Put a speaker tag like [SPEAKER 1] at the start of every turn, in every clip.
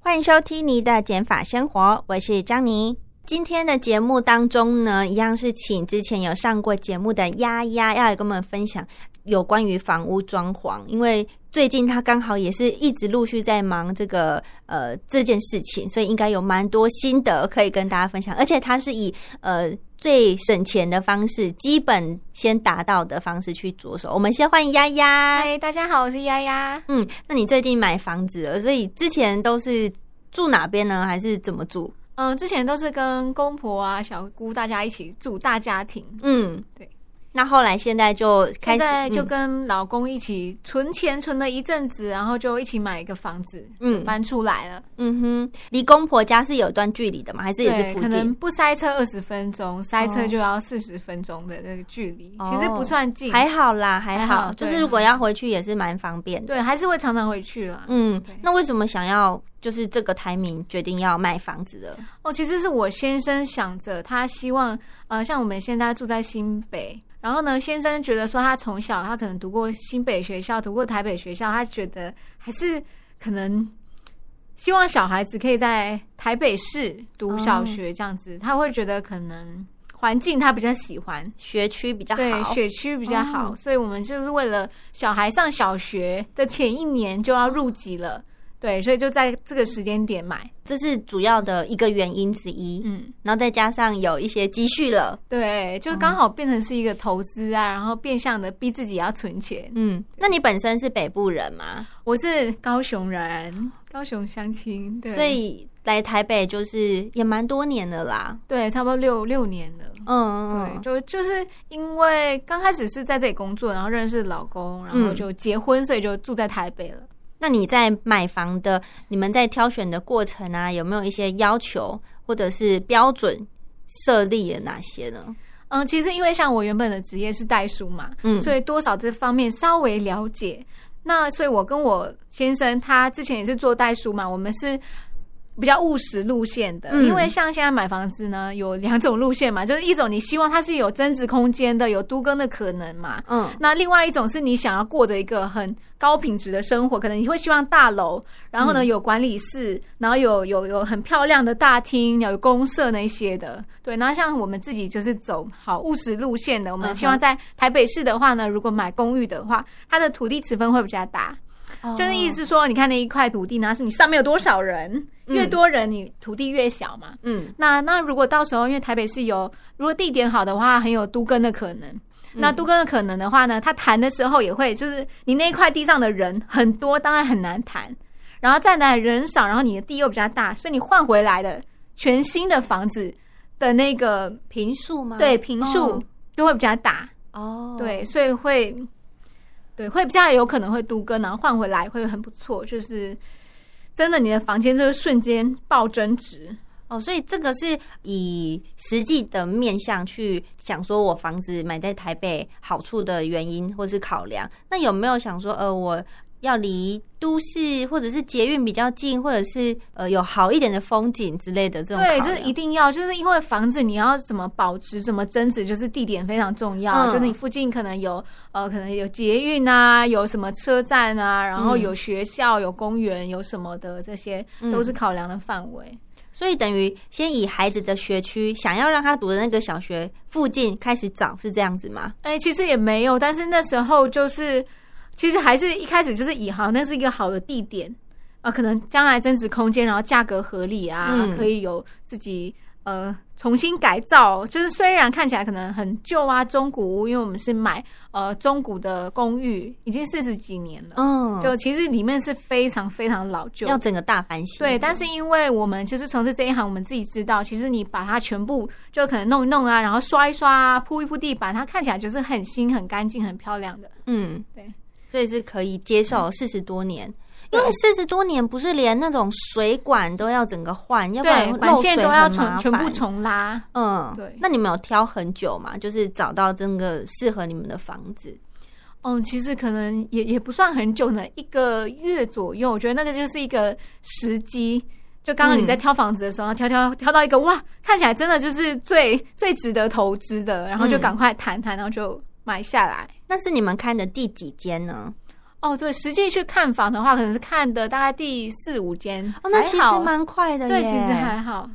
[SPEAKER 1] 欢迎收听你的减法生活，我是张妮。今天的节目当中呢，一样是请之前有上过节目的丫丫要来跟我们分享有关于房屋装潢，因为最近她刚好也是一直陆续在忙这个呃这件事情，所以应该有蛮多心得可以跟大家分享。而且她是以呃最省钱的方式，基本先达到的方式去着手。我们先欢迎丫丫。
[SPEAKER 2] 嗨，大家好，我是丫丫。
[SPEAKER 1] 嗯，那你最近买房子了，所以之前都是住哪边呢？还是怎么住？
[SPEAKER 2] 嗯、之前都是跟公婆啊、小姑大家一起住大家庭，
[SPEAKER 1] 嗯，
[SPEAKER 2] 对。
[SPEAKER 1] 那后来现在就开始
[SPEAKER 2] 现在就
[SPEAKER 1] 嗯
[SPEAKER 2] 跟老公一起存钱，存了一阵子，然后就一起买一个房子，
[SPEAKER 1] 嗯
[SPEAKER 2] 搬出来了。
[SPEAKER 1] 嗯哼，离公婆家是有一段距离的嘛？还是也是
[SPEAKER 2] 对，
[SPEAKER 1] 附
[SPEAKER 2] 可能
[SPEAKER 1] 近？
[SPEAKER 2] 不塞车二十分钟，塞车
[SPEAKER 1] 哦
[SPEAKER 2] 就要四十分钟的那个距离，
[SPEAKER 1] 哦
[SPEAKER 2] 其实不算近，
[SPEAKER 1] 还好啦，还
[SPEAKER 2] 还
[SPEAKER 1] 好，
[SPEAKER 2] 好
[SPEAKER 1] 就
[SPEAKER 2] 对
[SPEAKER 1] 是如果要回去也是蛮方便的。
[SPEAKER 2] 对，还是会常常回去了。
[SPEAKER 1] 嗯
[SPEAKER 2] 对，
[SPEAKER 1] 那为什么想要就是这个台名决定要卖房子的？
[SPEAKER 2] 哦，其实是我先生想着，他希望呃，像我们现在住在新北，然后呢，先生觉得说他从小他可能读过新北学校，读过台北学校，他觉得还是可能希望小孩子可以在台北市
[SPEAKER 1] 哦
[SPEAKER 2] 读小学这样子，他会觉得可能环境他比较喜欢。
[SPEAKER 1] 学区比较
[SPEAKER 2] 对，
[SPEAKER 1] 好，
[SPEAKER 2] 学区比较好，
[SPEAKER 1] 哦
[SPEAKER 2] 所以我们就是为了小孩上小学的前一年就要入籍了，对，所以就在这个时间点买，
[SPEAKER 1] 这是主要的一个原因之一。
[SPEAKER 2] 嗯。
[SPEAKER 1] 然后再加上有一些积蓄了，
[SPEAKER 2] 对，
[SPEAKER 1] 哦
[SPEAKER 2] 就刚好变成是一个投资啊，然后变相的逼自己要存钱。
[SPEAKER 1] 嗯，那你本身是北部人吗？
[SPEAKER 2] 我是高雄人，高雄相亲，对，
[SPEAKER 1] 所以来台北就是也蛮多年了啦。
[SPEAKER 2] 对，差不多六六年了。
[SPEAKER 1] 嗯
[SPEAKER 2] 对，
[SPEAKER 1] 嗯
[SPEAKER 2] 就就是因为刚开始是在这里工作，然后认识老公，然后
[SPEAKER 1] 嗯
[SPEAKER 2] 就结婚，所以就住在台北了。
[SPEAKER 1] 那你在买房的，你们在挑选的过程啊，有没有一些要求或者是标准设立了哪些呢？
[SPEAKER 2] 嗯，其实因为像我原本的职业是代书嘛，
[SPEAKER 1] 嗯
[SPEAKER 2] 所以多少这方面稍微了解。那所以，我跟我先生他之前也是做代书嘛，我们是比较务实路线的。
[SPEAKER 1] 嗯
[SPEAKER 2] 因为像现在买房子呢，有两种路线嘛，就是一种你希望它是有增值空间的，有都更的可能嘛。
[SPEAKER 1] 嗯
[SPEAKER 2] 那另外一种是你想要过的一个很高品质的生活，可能你会希望大楼，然后呢、有管理室，然后有有有很漂亮的大厅，有公社那一些的，对。然后像我们自己就是走好务实路线的，我
[SPEAKER 1] 嗯哼
[SPEAKER 2] 们希望在台北市的话呢，如果买公寓的话，它的土地持分会比较大，
[SPEAKER 1] 哦
[SPEAKER 2] 就是意，思说，你看那一块土地呢，是你上面有多少人，
[SPEAKER 1] 嗯
[SPEAKER 2] 越多人你土地越小嘛。
[SPEAKER 1] 嗯
[SPEAKER 2] 那那如果到时候因为台北市有，如果地点好的话，很有都更的可能。那都更的可能的话呢，他谈的时候也会，就是你那一块地上的人很多，当然很难谈。然后再来人少，然后你的地又比较大，所以你换回来的全新的房子的那个
[SPEAKER 1] 平数吗？
[SPEAKER 2] 对平数就会比较大，
[SPEAKER 1] 哦哦，哦，
[SPEAKER 2] 对，所以会对会比较有可能会都更，然后换回来会很不错，就是真的你的房间就会瞬间暴增值。
[SPEAKER 1] 哦，所以这个是以实际的面向去想，说我房子买在台北好处的原因或是考量。那有没有想说，呃，我要离都市或者是捷运比较近，或者是呃有好一点的风景之类的这种考
[SPEAKER 2] 对，
[SPEAKER 1] 量？
[SPEAKER 2] 这是一定要，就是因为房子你要怎么保值、怎么增值，就是地点非常重要。
[SPEAKER 1] 嗯
[SPEAKER 2] 就是你附近可能有呃，可能有捷运啊，有什么车站啊，然后
[SPEAKER 1] 嗯
[SPEAKER 2] 有学校、有公园、有什么的，这些
[SPEAKER 1] 嗯
[SPEAKER 2] 都是考量的范围。
[SPEAKER 1] 所以等于先以孩子的学区，想要让他读的那个小学附近开始找，是这样子吗？
[SPEAKER 2] 哎、其实也没有，但是那时候就是，其实还是一开始就是以好，那是一个好的地点啊、呃可能将来增值空间，然后价格合理啊，
[SPEAKER 1] 嗯
[SPEAKER 2] 可以有自己呃重新改造。就是虽然看起来可能很旧啊，中古屋，因为我们是买呃中古的公寓，已经四十几年了，
[SPEAKER 1] 嗯，
[SPEAKER 2] 就其实里面是非常非常老旧，
[SPEAKER 1] 要整个大翻新。
[SPEAKER 2] 对，但是因为我们就是从事这一行，我们自己知道，其实你把它全部就可能弄一弄啊，然后刷一刷啊，铺一铺地板，它看起来就是很新、很干净、很漂亮的。
[SPEAKER 1] 嗯，
[SPEAKER 2] 对，嗯
[SPEAKER 1] 所以是可以接受四十多年。因因为四十多年不是连那种水管都要整个换，要不然
[SPEAKER 2] 对，管
[SPEAKER 1] 漏水
[SPEAKER 2] 线
[SPEAKER 1] 很
[SPEAKER 2] 都
[SPEAKER 1] 麻
[SPEAKER 2] 要重
[SPEAKER 1] 烦。
[SPEAKER 2] 全部重拉。
[SPEAKER 1] 嗯，
[SPEAKER 2] 对
[SPEAKER 1] 那你们有挑很久吗？就是找到这个适合你们的房子？
[SPEAKER 2] 嗯，其实可能也也不算很久呢，一个月左右。我觉得那个就是一个时机。就刚刚你在挑房子的时
[SPEAKER 1] 嗯
[SPEAKER 2] 候，挑挑挑到一个哇，看起来真的就是最最值得投资的，然后就
[SPEAKER 1] 嗯
[SPEAKER 2] 赶快谈谈，然后就买下来。
[SPEAKER 1] 那是你们看的第几间呢？
[SPEAKER 2] 哦，对，实际去看房的话，可能是看的大概第四五间，
[SPEAKER 1] 哦，那
[SPEAKER 2] 还
[SPEAKER 1] 其实
[SPEAKER 2] 好
[SPEAKER 1] 蛮快的耶。
[SPEAKER 2] 对，其实还好。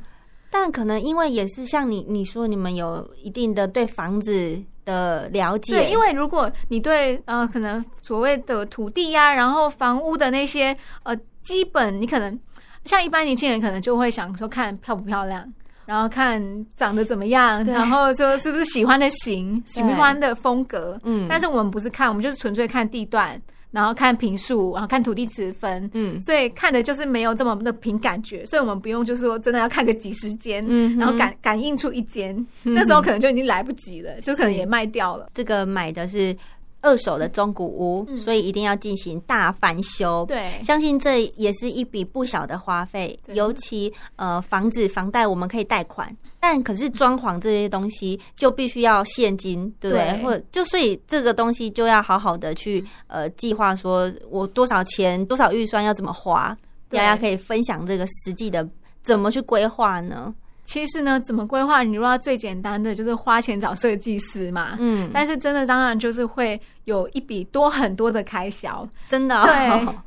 [SPEAKER 1] 但可能因为也是像你你说，你们有一定的对房子的了解，
[SPEAKER 2] 对，因为如果你对呃，可能所谓的土地呀、然后房屋的那些呃基本，你可能像一般年轻人可能就会想说看漂不漂亮，然后看长得怎么样，
[SPEAKER 1] 对
[SPEAKER 2] 然后说是不是喜欢的型、喜不喜欢的风格。
[SPEAKER 1] 嗯
[SPEAKER 2] 但是我们不是看，我们就是纯粹看地段，然后看平数，然后看土地持分。
[SPEAKER 1] 嗯
[SPEAKER 2] 所以看的就是没有这么的凭感觉，所以我们不用就是说真的要看个几十间，
[SPEAKER 1] 嗯哼嗯
[SPEAKER 2] 然后感感应出一间，那时候可能就已经来不及了，就可能也卖掉了。
[SPEAKER 1] 这个买的是二手的中古屋，
[SPEAKER 2] 嗯
[SPEAKER 1] 所以一定要进行大翻修。。
[SPEAKER 2] 对，
[SPEAKER 1] 相信这也是一笔不小的花费，
[SPEAKER 2] 真的
[SPEAKER 1] 尤其呃，房子房贷我们可以贷款，但可是装潢这些东西就必须要现金，对不对？
[SPEAKER 2] 对嗯
[SPEAKER 1] 或者就所以这个东西就要好好的去呃计划，说我多少钱、多少预算要怎么花，
[SPEAKER 2] 对
[SPEAKER 1] 大家可以分享这个实际的怎么去规划呢？
[SPEAKER 2] 其实呢，怎么规划？你如果要最简单的，就是花钱找设计师嘛。
[SPEAKER 1] 嗯，
[SPEAKER 2] 但是真的，当然就是会有一笔多很多的开销，
[SPEAKER 1] 真的、哦、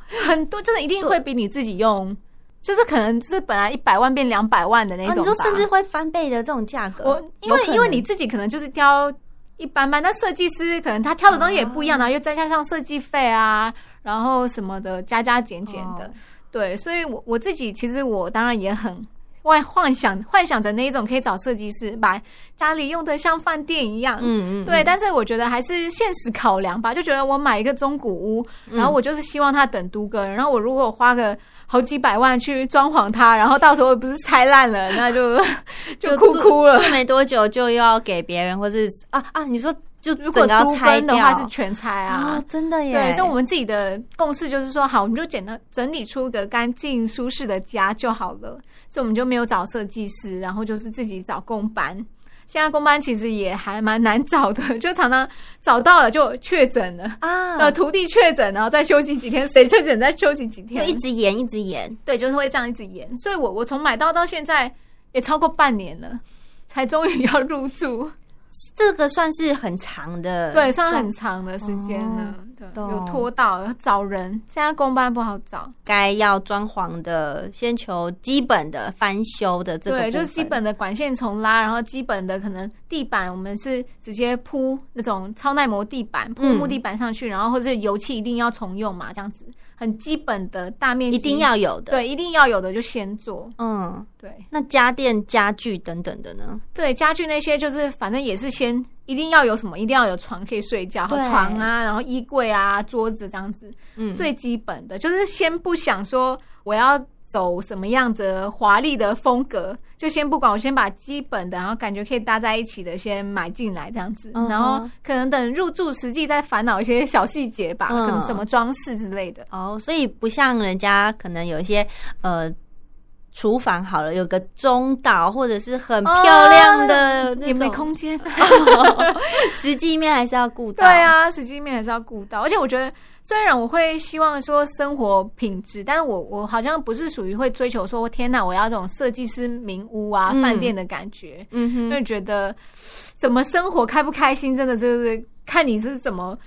[SPEAKER 2] 对，很多真的一定会比你自己用，就是可能就是本来一百万变两百万的 那
[SPEAKER 1] 啊，
[SPEAKER 2] 种吧、
[SPEAKER 1] 你说甚至会翻倍的这种价格，
[SPEAKER 2] 我因为
[SPEAKER 1] 有可能
[SPEAKER 2] 因为你自己可能就是挑一般般，但设计师可能他挑的东西也不
[SPEAKER 1] 嗯
[SPEAKER 2] 一样，然后又再加上设计费啊，然后什么的加加减减的，
[SPEAKER 1] 哦
[SPEAKER 2] 对，所以我我自己其实我当然也很。幻幻想幻想着那一种可以找设计师把家里用的像饭店一样，
[SPEAKER 1] 嗯嗯
[SPEAKER 2] 对，
[SPEAKER 1] 嗯
[SPEAKER 2] 但是我觉得还是现实考量吧，就觉得我买一个中古屋，
[SPEAKER 1] 嗯
[SPEAKER 2] 然后我就是希望它等都更，然后我如果花个好几百万去装潢它，然后到时候不是拆烂了，那就 就哭
[SPEAKER 1] 住
[SPEAKER 2] 哭了。
[SPEAKER 1] 住没多久就又要给别人，或是啊啊，你说就
[SPEAKER 2] 如
[SPEAKER 1] 整
[SPEAKER 2] 果
[SPEAKER 1] 个要
[SPEAKER 2] 都
[SPEAKER 1] 拆
[SPEAKER 2] 跟
[SPEAKER 1] 掉
[SPEAKER 2] 的话是全拆啊。
[SPEAKER 1] 啊，真的耶，
[SPEAKER 2] 对，所以我们自己的共识就是说，好，我们就简单整理出一个干净舒适的家就好了。所以我们就没有找设计师，然后就是自己找工班。现在工班其实也还蛮难找的，就常常找到了就确诊了，呃，
[SPEAKER 1] 啊，
[SPEAKER 2] 徒弟确诊，然后再休息几天，谁确诊再休息几
[SPEAKER 1] 就
[SPEAKER 2] 天
[SPEAKER 1] 一，直延一直延，
[SPEAKER 2] 对，就是会这样一直延。所以我我从买到到现在也超过半年了，才终于要入住。
[SPEAKER 1] 这个算是很长的，
[SPEAKER 2] 对，算很长的时间了，对，
[SPEAKER 1] 哦懂
[SPEAKER 2] 有拖到要找人，现在公班不好找，
[SPEAKER 1] 该要装潢的，先求基本的翻修的这个部分，
[SPEAKER 2] 对，就是基本的管线重拉，然后基本的可能地板我们是直接铺那种超耐磨地板，铺
[SPEAKER 1] 嗯
[SPEAKER 2] 木地板上去，然后或者是油漆一定要重用嘛，这样子很基本的大面积
[SPEAKER 1] 一定要有的，，
[SPEAKER 2] 对，一定要有的就先做，
[SPEAKER 1] 嗯，
[SPEAKER 2] 对
[SPEAKER 1] 那家电、家具等等的呢？
[SPEAKER 2] 对，家具那些就是反正也是先一定要有什么，一定要有床可以睡觉，
[SPEAKER 1] 对
[SPEAKER 2] 床啊，然后衣柜啊，桌子这样子，
[SPEAKER 1] 嗯，
[SPEAKER 2] 最基本的，就是先不想说我要走什么样子华丽的风格，就先不管，我先把基本的，然后感觉可以搭在一起的先买进来这样子，
[SPEAKER 1] 嗯哼
[SPEAKER 2] 然后可能等入住实际再烦恼一些小细节吧，
[SPEAKER 1] 嗯
[SPEAKER 2] 可能什么装饰之类的。
[SPEAKER 1] 哦，所以不像人家可能有一些呃。厨房好了，有个中岛或者是很漂亮的那
[SPEAKER 2] 哦也没
[SPEAKER 1] 种，
[SPEAKER 2] 空间， 啊
[SPEAKER 1] 实际面还是要顾到。
[SPEAKER 2] 对，啊，实际面还是要顾到。而且我觉得，虽然我会希望说生活品质，但是我我好像不是属于会追求说天哪，我要这种设计师名屋啊、
[SPEAKER 1] 嗯
[SPEAKER 2] 饭店的感觉。
[SPEAKER 1] 嗯
[SPEAKER 2] 因
[SPEAKER 1] 哼，
[SPEAKER 2] 为觉得怎么生活开不开心，真的就是看你是怎么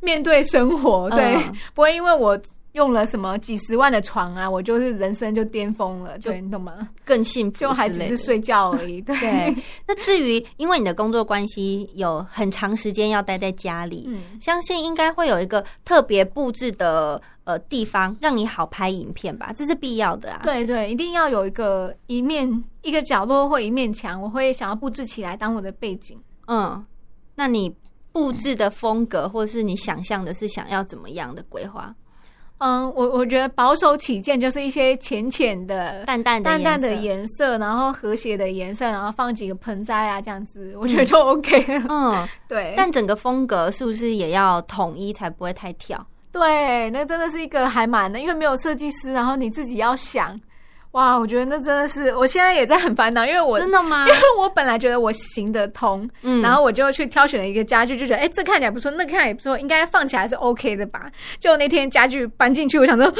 [SPEAKER 2] 面对生活。
[SPEAKER 1] 嗯
[SPEAKER 2] 对，不会因为我用了什么几十万的床啊，我就是人生就巅峰了。对，你懂吗？
[SPEAKER 1] 更幸福之类
[SPEAKER 2] 就
[SPEAKER 1] 的，
[SPEAKER 2] 还只是睡觉而已。对，
[SPEAKER 1] 对。那至于因为你的工作关系，有很长时间要待在家里，
[SPEAKER 2] 嗯，
[SPEAKER 1] 相信应该会有一个特别布置的呃地方，让你好拍影片吧，这是必要的啊。，
[SPEAKER 2] 对对，一定要有一个一面一个角落或一面墙，我会想要布置起来当我的背景。
[SPEAKER 1] 嗯，那你布置的风格，或是你想象的是想要怎么样的规划？
[SPEAKER 2] 嗯，我我觉得保守起见，就是一些浅浅的
[SPEAKER 1] 淡淡的
[SPEAKER 2] 淡淡的
[SPEAKER 1] 颜色
[SPEAKER 2] 颜色，然后和谐的颜色，然后放几个盆栽啊，这样子，我觉得就 OK 了。
[SPEAKER 1] 嗯，
[SPEAKER 2] 对，
[SPEAKER 1] 但整个风格是不是也要统一，才不会太跳？
[SPEAKER 2] 对，那真的是一个还蛮的，因为没有设计师，然后你自己要想，哇，我觉得那真的是，我现在也在很烦恼，因为我
[SPEAKER 1] 真的吗
[SPEAKER 2] 因？为我本来觉得我行得通，
[SPEAKER 1] 嗯
[SPEAKER 2] 然后我就去挑选了一个家具，就觉得哎、诶这看起来不错，那看起来也不错，应该放起来是 OK 的吧？就那天家具搬进去，我想说。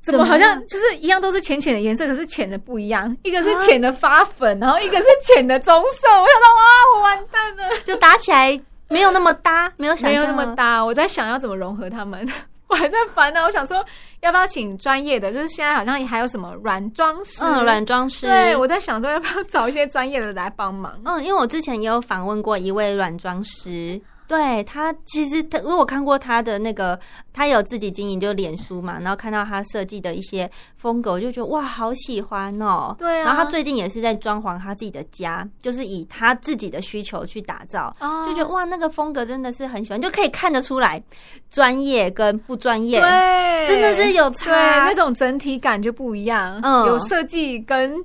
[SPEAKER 2] 怎
[SPEAKER 1] 怎
[SPEAKER 2] 么
[SPEAKER 1] 么啊
[SPEAKER 2] 好
[SPEAKER 1] 样
[SPEAKER 2] 像就是一样都是浅浅的颜色，可是浅的不一样，一个是浅的发粉，然后一个是浅的棕色。我想到哇，我完蛋了，
[SPEAKER 1] 嗯就打起来没有那么搭， 没有想
[SPEAKER 2] 没有
[SPEAKER 1] 象
[SPEAKER 2] 那么
[SPEAKER 1] 搭。
[SPEAKER 2] 搭。我在想要怎么融合它们， 我还在烦恼。我想说要不要请专业的，就是现在好像还有什么软装师，
[SPEAKER 1] 嗯，软装师。
[SPEAKER 2] 对，我在想说要不要找一些专业的来帮忙。
[SPEAKER 1] 嗯，因为我之前也有访问过一位软装师，对他其实他，因为我看过他的那个，他有自己经营就脸书嘛，然后看到他设计的一些风格，我就觉得哇，好喜欢哦。
[SPEAKER 2] 对啊
[SPEAKER 1] 然后他最近也是在装潢他自己的家，就是以他自己的需求去打造。
[SPEAKER 2] 哦
[SPEAKER 1] 就觉得哇，那个风格真的是很喜欢，就可以看得出来专业跟不专业，
[SPEAKER 2] 对，
[SPEAKER 1] 真的是有
[SPEAKER 2] 对
[SPEAKER 1] 差
[SPEAKER 2] 那。种整体感就不一样，
[SPEAKER 1] 嗯
[SPEAKER 2] 有设计跟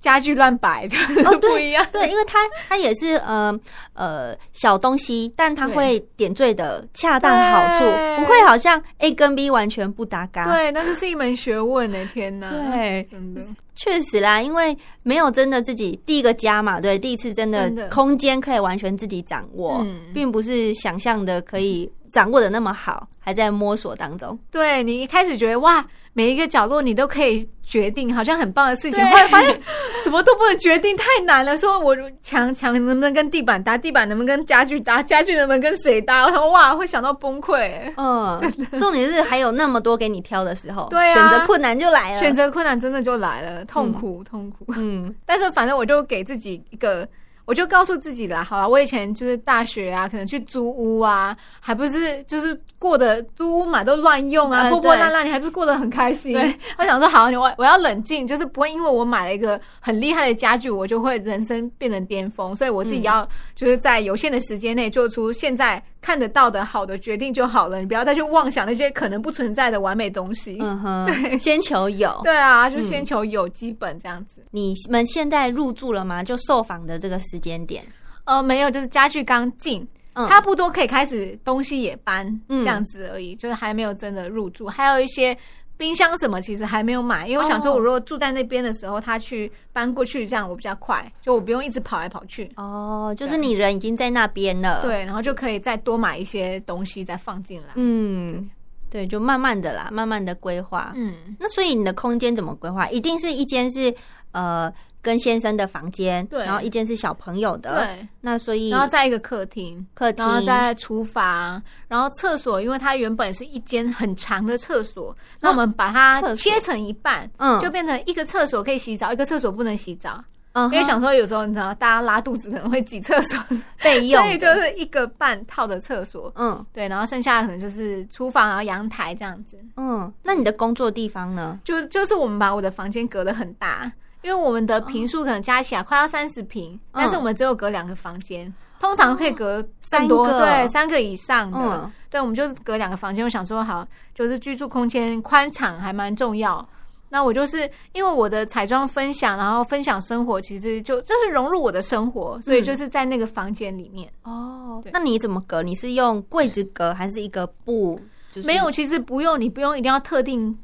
[SPEAKER 2] 家具乱摆就是
[SPEAKER 1] 哦
[SPEAKER 2] 不一样，
[SPEAKER 1] 对，因为他他也是呃呃小东西，但他
[SPEAKER 2] 对
[SPEAKER 1] 会点缀的恰当好处，
[SPEAKER 2] 对
[SPEAKER 1] 不会好像 A 跟 B 完全不搭嘎。
[SPEAKER 2] 对，那就是一门学问呢、欸天哪，，
[SPEAKER 1] 对，
[SPEAKER 2] 真的，
[SPEAKER 1] 确实啦，因为没有真的自己第一个家嘛，对，第一次真
[SPEAKER 2] 真的
[SPEAKER 1] 的空间可以完全自己掌握，
[SPEAKER 2] 嗯
[SPEAKER 1] 并不是想象的可以掌握的那么好，还在摸索当中。
[SPEAKER 2] 对你一开始觉得哇，每一个角落你都可以决定，好像很棒的事情，
[SPEAKER 1] 对
[SPEAKER 2] 后来发现什么都不能决定，太难了。说我墙墙能不能跟地板搭，地板能不能跟家具搭，家具能不能跟谁搭，然后哇，会想到崩溃、欸
[SPEAKER 1] 嗯， 重点是还有那么多给你挑的时候，
[SPEAKER 2] 对啊
[SPEAKER 1] 选择困难就来了。
[SPEAKER 2] 选，择困难真的就来了，痛苦，痛苦。
[SPEAKER 1] 啊 嗯
[SPEAKER 2] 但是反正我就给自己一个，我就告诉自己啦，好啊，我以前就是大学啊，可能去租屋啊，还不是就是过得租屋嘛，都乱用啊，
[SPEAKER 1] 呃
[SPEAKER 2] 破破烂烂，你还不是过得很开心
[SPEAKER 1] 对？
[SPEAKER 2] 我想说，好，我我要冷静，就是不会因为我买了一个很厉害的家具，我就会人生变成巅峰，所以我自己
[SPEAKER 1] 嗯
[SPEAKER 2] 要就是在有限的时间内做出现在看得到的好的决定就好了，你不要再去妄想那些可能不存在的完美东西。
[SPEAKER 1] 嗯哼，先求 有。
[SPEAKER 2] 对啊，就先求有基本这样子。
[SPEAKER 1] 你们现在入住了吗？就受访的这个时间点，
[SPEAKER 2] 呃，没有，就是家具刚进，
[SPEAKER 1] 嗯
[SPEAKER 2] 差不多可以开始东西也搬、
[SPEAKER 1] 嗯
[SPEAKER 2] 这样子而已，就是还没有真的入住，还有一些。冰箱什么其实还没有买，因为我想说，
[SPEAKER 1] 哦
[SPEAKER 2] 我如果住在那边的时候，他去搬过去，这样我比较快，就我不用一直跑来跑去。
[SPEAKER 1] 哦，就是你人已经在那边了。，
[SPEAKER 2] 对，然后就可以再多买一些东西再放进来。
[SPEAKER 1] 嗯，对，就慢慢的啦，慢慢的规划。
[SPEAKER 2] 嗯，
[SPEAKER 1] 那所以你的空间怎么规划？一定是一间是呃跟先生的房间，
[SPEAKER 2] 对
[SPEAKER 1] 然后一间是小朋友的。
[SPEAKER 2] 对，
[SPEAKER 1] 那所以
[SPEAKER 2] 然后再一个客厅，
[SPEAKER 1] 嗯客厅
[SPEAKER 2] 然后在厨房，然后厕所，因为它原本是一间很长的厕所，那我们把
[SPEAKER 1] 啊厕
[SPEAKER 2] 它
[SPEAKER 1] 所
[SPEAKER 2] 切成一半，
[SPEAKER 1] 嗯
[SPEAKER 2] 就变成一个厕所可以洗澡，一个厕所不能洗澡，
[SPEAKER 1] 嗯
[SPEAKER 2] 因为
[SPEAKER 1] 哼
[SPEAKER 2] 想说有时候你知道大家拉肚子可能会挤厕 所，
[SPEAKER 1] 备用
[SPEAKER 2] 所
[SPEAKER 1] 的，
[SPEAKER 2] 以就是一个半套的厕所，
[SPEAKER 1] 嗯
[SPEAKER 2] 对，然后剩下的可能就是厨房，然后阳台这样子，
[SPEAKER 1] 嗯。那你的工作地方呢？
[SPEAKER 2] 就就是我们把我的房间隔得很大，因为我们的平数可能加起来快要三十平，
[SPEAKER 1] 嗯
[SPEAKER 2] 但是我们只有隔两个房间，通常可以隔更多，
[SPEAKER 1] 三个
[SPEAKER 2] 对，三个以上的，
[SPEAKER 1] 嗯
[SPEAKER 2] 对，我们就是隔两个房间。我想说，好，就是居住空间宽敞还蛮重要。那我就是因为我的彩妆分享，然后分享生活，其实就就是融入我的生活，
[SPEAKER 1] 嗯
[SPEAKER 2] 所以就是在那个房间里面。
[SPEAKER 1] 哦
[SPEAKER 2] 对
[SPEAKER 1] 那你怎么隔？你是用柜子隔还是一个布？就是
[SPEAKER 2] 没有，其实不用，你不用一定要特定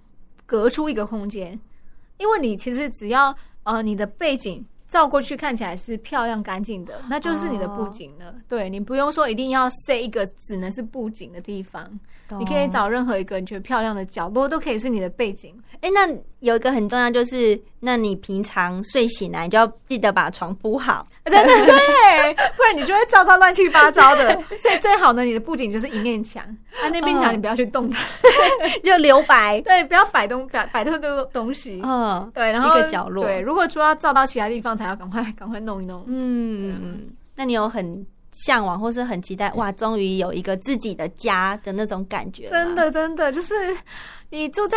[SPEAKER 2] 隔出一个空间，因为你其实只要呃你的背景照过去看起来是漂亮干净的，那就是你的布景
[SPEAKER 1] 哦
[SPEAKER 2] 了。对你不用说一定要塞一个只能是布景的地方，
[SPEAKER 1] 懂，
[SPEAKER 2] 你可以找任何一个你觉得漂亮的角落都可以是你的背 景。
[SPEAKER 1] 哎、那有一个很重要就是，那你平常睡醒来就要记得把床铺好。
[SPEAKER 2] 真的对，不然你就会照到乱七八 糟的。所以最好呢，你的布景就是一面墙，啊，那面
[SPEAKER 1] 嗯
[SPEAKER 2] 墙你不要去动它，
[SPEAKER 1] 就留白。
[SPEAKER 2] 对，不要摆东摆摆太多东西。
[SPEAKER 1] 嗯，
[SPEAKER 2] 对，然后
[SPEAKER 1] 一个角落
[SPEAKER 2] 对，如果说要照到其他地方，才要赶快 赶快弄一弄。
[SPEAKER 1] 嗯，那你有很向往或是很期待哇，终于有一个自己的家的那种感觉？
[SPEAKER 2] 真，的，真的，就是你住在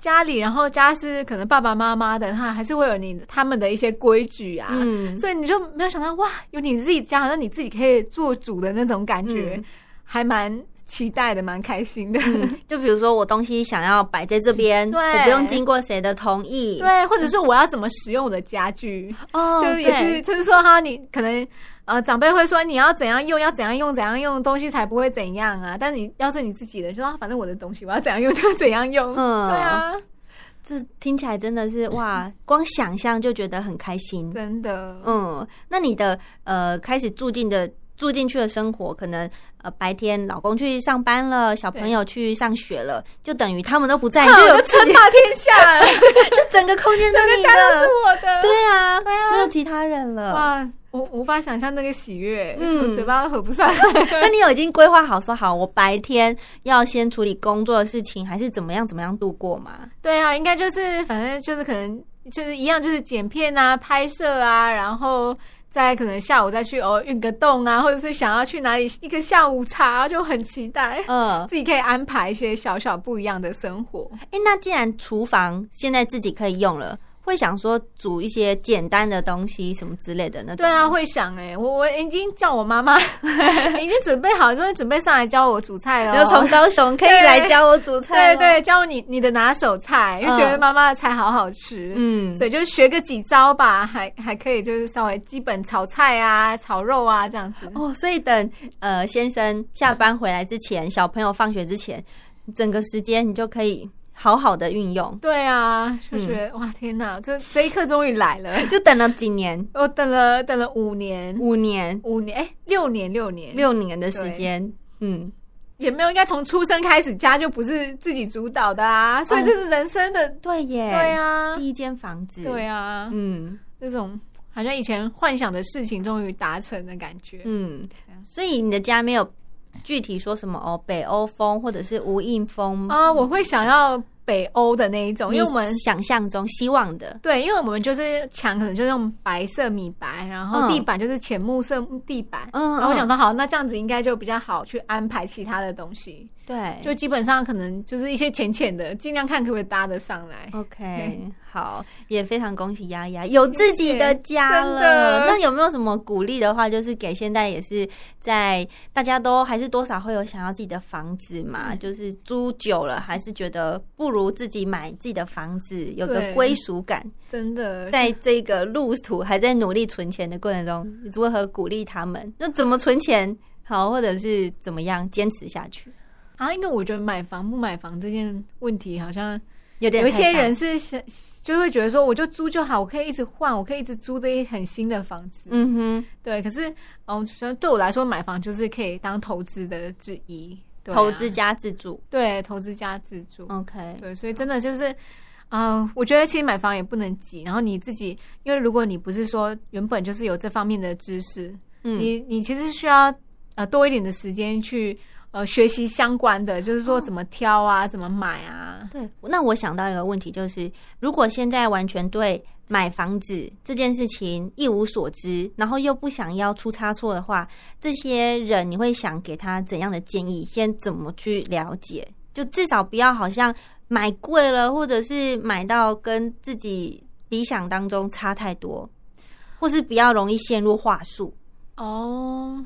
[SPEAKER 2] 家里，然后家是可能爸爸妈妈的，他还是会有你他们的一些规矩啊。
[SPEAKER 1] 嗯，
[SPEAKER 2] 所以你就没有想到哇，有你自己家，好像你自己可以做主的那种感觉，
[SPEAKER 1] 嗯
[SPEAKER 2] 还蛮期待的，蛮开心的。
[SPEAKER 1] 就比如说我东西想要摆在这边，
[SPEAKER 2] 对
[SPEAKER 1] 我不用经过谁的同意，
[SPEAKER 2] 对，或者是我要怎么使用我的家具，
[SPEAKER 1] 哦，
[SPEAKER 2] 就也
[SPEAKER 1] 对
[SPEAKER 2] 是，就是说哈，你可能呃长辈会说你要怎样用，要怎样用，怎样用东西才不会怎样啊。但你要是你自己的，就说啊反正我的东西我要怎样用就怎样用，
[SPEAKER 1] 嗯
[SPEAKER 2] 对啊，
[SPEAKER 1] 这听起来真的是哇，光想象就觉得很开心。
[SPEAKER 2] 真的，
[SPEAKER 1] 嗯，那你的呃开始住进的住进去的生活，可能呃白天老公去上班了，小朋友去上学了，就等于他们都不在，你
[SPEAKER 2] 哼
[SPEAKER 1] 就
[SPEAKER 2] 啊我
[SPEAKER 1] 有
[SPEAKER 2] 哎就
[SPEAKER 1] 自己
[SPEAKER 2] 称霸天 下了，
[SPEAKER 1] 就整个空间
[SPEAKER 2] 整
[SPEAKER 1] 是
[SPEAKER 2] 个
[SPEAKER 1] 你
[SPEAKER 2] 家都是
[SPEAKER 1] 的，
[SPEAKER 2] 我的，
[SPEAKER 1] 对啊，
[SPEAKER 2] 对啊
[SPEAKER 1] 没有其他人了。
[SPEAKER 2] 哇，我我无法想象那个喜悦，
[SPEAKER 1] 嗯
[SPEAKER 2] 我嘴巴都合不上来。
[SPEAKER 1] 那你有已经规划好说好，我白天要先处理工作的事情，还是怎么样怎么样度过吗？
[SPEAKER 2] 对啊，应该就是反正就是可能就是一样，就是剪片啊、拍摄啊，然后再可能下午再去哦运个动啊，或者是想要去哪里一个下午茶，就很期待。
[SPEAKER 1] 嗯，
[SPEAKER 2] 自己可以安排一些小小不一样的生活，
[SPEAKER 1] 哎、那既然厨房现在自己可以用了，会想说煮一些简单的东西什么之类的那种。
[SPEAKER 2] 对啊，，会想哎、我我已经叫我妈妈， 已经准备好，就是准备上来教我煮菜了。
[SPEAKER 1] 然后从高雄可以
[SPEAKER 2] 对
[SPEAKER 1] 来教我煮菜
[SPEAKER 2] 对
[SPEAKER 1] 咯
[SPEAKER 2] 对，教你你的拿手菜，因为觉得
[SPEAKER 1] 嗯
[SPEAKER 2] 妈妈的菜好好吃，
[SPEAKER 1] 嗯，
[SPEAKER 2] 所以就学个几招吧，还还可以就是稍微基本炒菜啊、炒肉啊这样子。
[SPEAKER 1] 哦，所以等呃先生下班回来之前，小朋友放学之前，整个时间你就可以好好的运用。
[SPEAKER 2] 对啊，就觉
[SPEAKER 1] 嗯
[SPEAKER 2] 得、哇天哪，这这一刻终于来 了！
[SPEAKER 1] 就等了几 年，
[SPEAKER 2] 我等了等了五年，
[SPEAKER 1] 五年、
[SPEAKER 2] 五年哎、六年六年
[SPEAKER 1] 六年的时间，嗯，
[SPEAKER 2] 也没有，应该从出生开始家就不是自己主导的啊，所以这是人生的、
[SPEAKER 1] 哦对耶，
[SPEAKER 2] 对啊，
[SPEAKER 1] 第一间房子，
[SPEAKER 2] 对啊，
[SPEAKER 1] 嗯
[SPEAKER 2] 那种好像以前幻想的事情终于达成的感觉。
[SPEAKER 1] 嗯
[SPEAKER 2] 对啊，
[SPEAKER 1] 所以你的家没有具体说什么哦，北欧风或者是无印风
[SPEAKER 2] 啊、我会想要北欧的那一种，
[SPEAKER 1] 你
[SPEAKER 2] 因为我们
[SPEAKER 1] 想象中希望的，
[SPEAKER 2] 对，因为我们就是墙，可能就是用白色米白，然后
[SPEAKER 1] 嗯
[SPEAKER 2] 地板就是浅木色地板。
[SPEAKER 1] 嗯
[SPEAKER 2] 哦然后我想说，好，那这样子应该就比较好去安排其他的东西。
[SPEAKER 1] 对，
[SPEAKER 2] 就基本上可能就是一些浅浅的，尽量看可不可以搭得上来。
[SPEAKER 1] 嗯 OK，好， 也非常恭喜丫丫有自己的家
[SPEAKER 2] 真
[SPEAKER 1] 了。
[SPEAKER 2] 的
[SPEAKER 1] 那有没有什么鼓励的话，就是给现在也是在大家都还是多少会有想要自己的房子
[SPEAKER 2] 嗯
[SPEAKER 1] 嘛？就是租久了，还是觉得不如自己买自己的房子，有个
[SPEAKER 2] 对
[SPEAKER 1] 归属感。
[SPEAKER 2] 真的，
[SPEAKER 1] 在这个路途还在努力存钱的过程中，你如何鼓励他们？那怎么存钱？好，或者是怎么样坚持下去？
[SPEAKER 2] 啊，因为我觉得买房不买房这件问题，好像
[SPEAKER 1] 有点
[SPEAKER 2] 有一
[SPEAKER 1] 太
[SPEAKER 2] 些
[SPEAKER 1] 大
[SPEAKER 2] 人，是想就会觉得说，我就租就好，我可以一直换，我可以一直租这些很新的房子。
[SPEAKER 1] 嗯哼。
[SPEAKER 2] 对，可是嗯，所以对我来说，买房就是可以当投资的之一，对啊
[SPEAKER 1] 投资加自住
[SPEAKER 2] 对投资加自住。
[SPEAKER 1] ，OK，
[SPEAKER 2] 对，所以真的就是，嗯、我觉得其实买房也不能急。然后你自己，因为如果你不是说原本就是有这方面的知识，
[SPEAKER 1] 嗯
[SPEAKER 2] 你你其实需要呃多一点的时间去呃学习相关的，就是说怎么挑啊，怎么买啊。
[SPEAKER 1] 对，那我想到一个问题，就是如果现在完全对买房子这件事情一无所知，然后又不想要出差错的话，这些人你会想给他怎样的建议？先怎么去了解？就至少不要好像买贵了，或者是买到跟自己理想当中差太多，或是比较容易陷入话术。
[SPEAKER 2] 哦，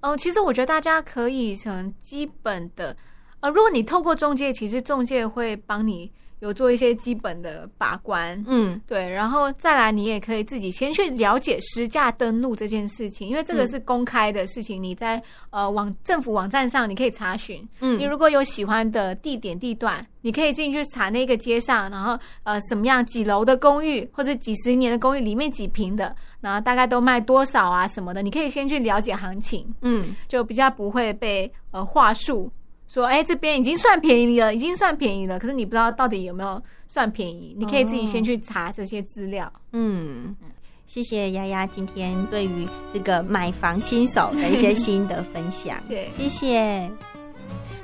[SPEAKER 2] 哦，其实我觉得大家可以很基本的，呃，如果你透过中介，其实中介会帮你有做一些基本的把关，
[SPEAKER 1] 嗯
[SPEAKER 2] 对，然后再来，你也可以自己先去了解实价登录这件事情，因为这个是公开的事情，你在呃网政府网站上你可以查询。你
[SPEAKER 1] 嗯
[SPEAKER 2] 如果有喜欢的地点地段，你可以进去查那个街上，然后呃什么样几楼的公寓或者几十年的公寓里面几平的，然后大概都卖多少啊什么的，你可以先去了解行情，
[SPEAKER 1] 嗯，
[SPEAKER 2] 就比较不会被呃话术说，哎、这边已经算便宜了，已经算便宜了，可是你不知道到底有没有算便宜，你可以自己先去查这些资料。，
[SPEAKER 1] 嗯，谢谢丫丫今天对于这个买房新手的一些心得分享
[SPEAKER 2] 谢
[SPEAKER 1] 谢谢。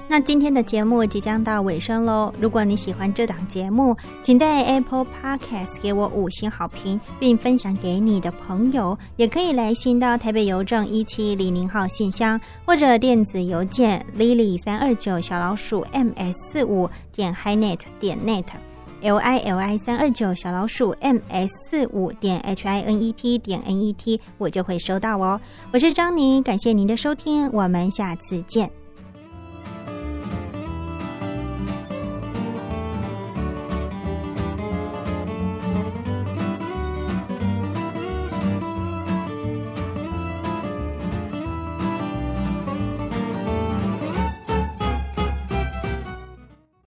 [SPEAKER 1] 那今天的节目即将到尾声喽，如果你喜欢这档节目，请在 Apple Podcast 给我五星好评，并分享给你的朋友，也可以来信到台北邮政一七零零号信箱，或者电子邮件 lily 三二九小老鼠 ms 四五点 hinet 点 net。l i l i 三二九小老鼠 m s 四五点 h i n e t 点 n e t，我就会收到哦。我是张妮，感谢您的收听，我们下次见。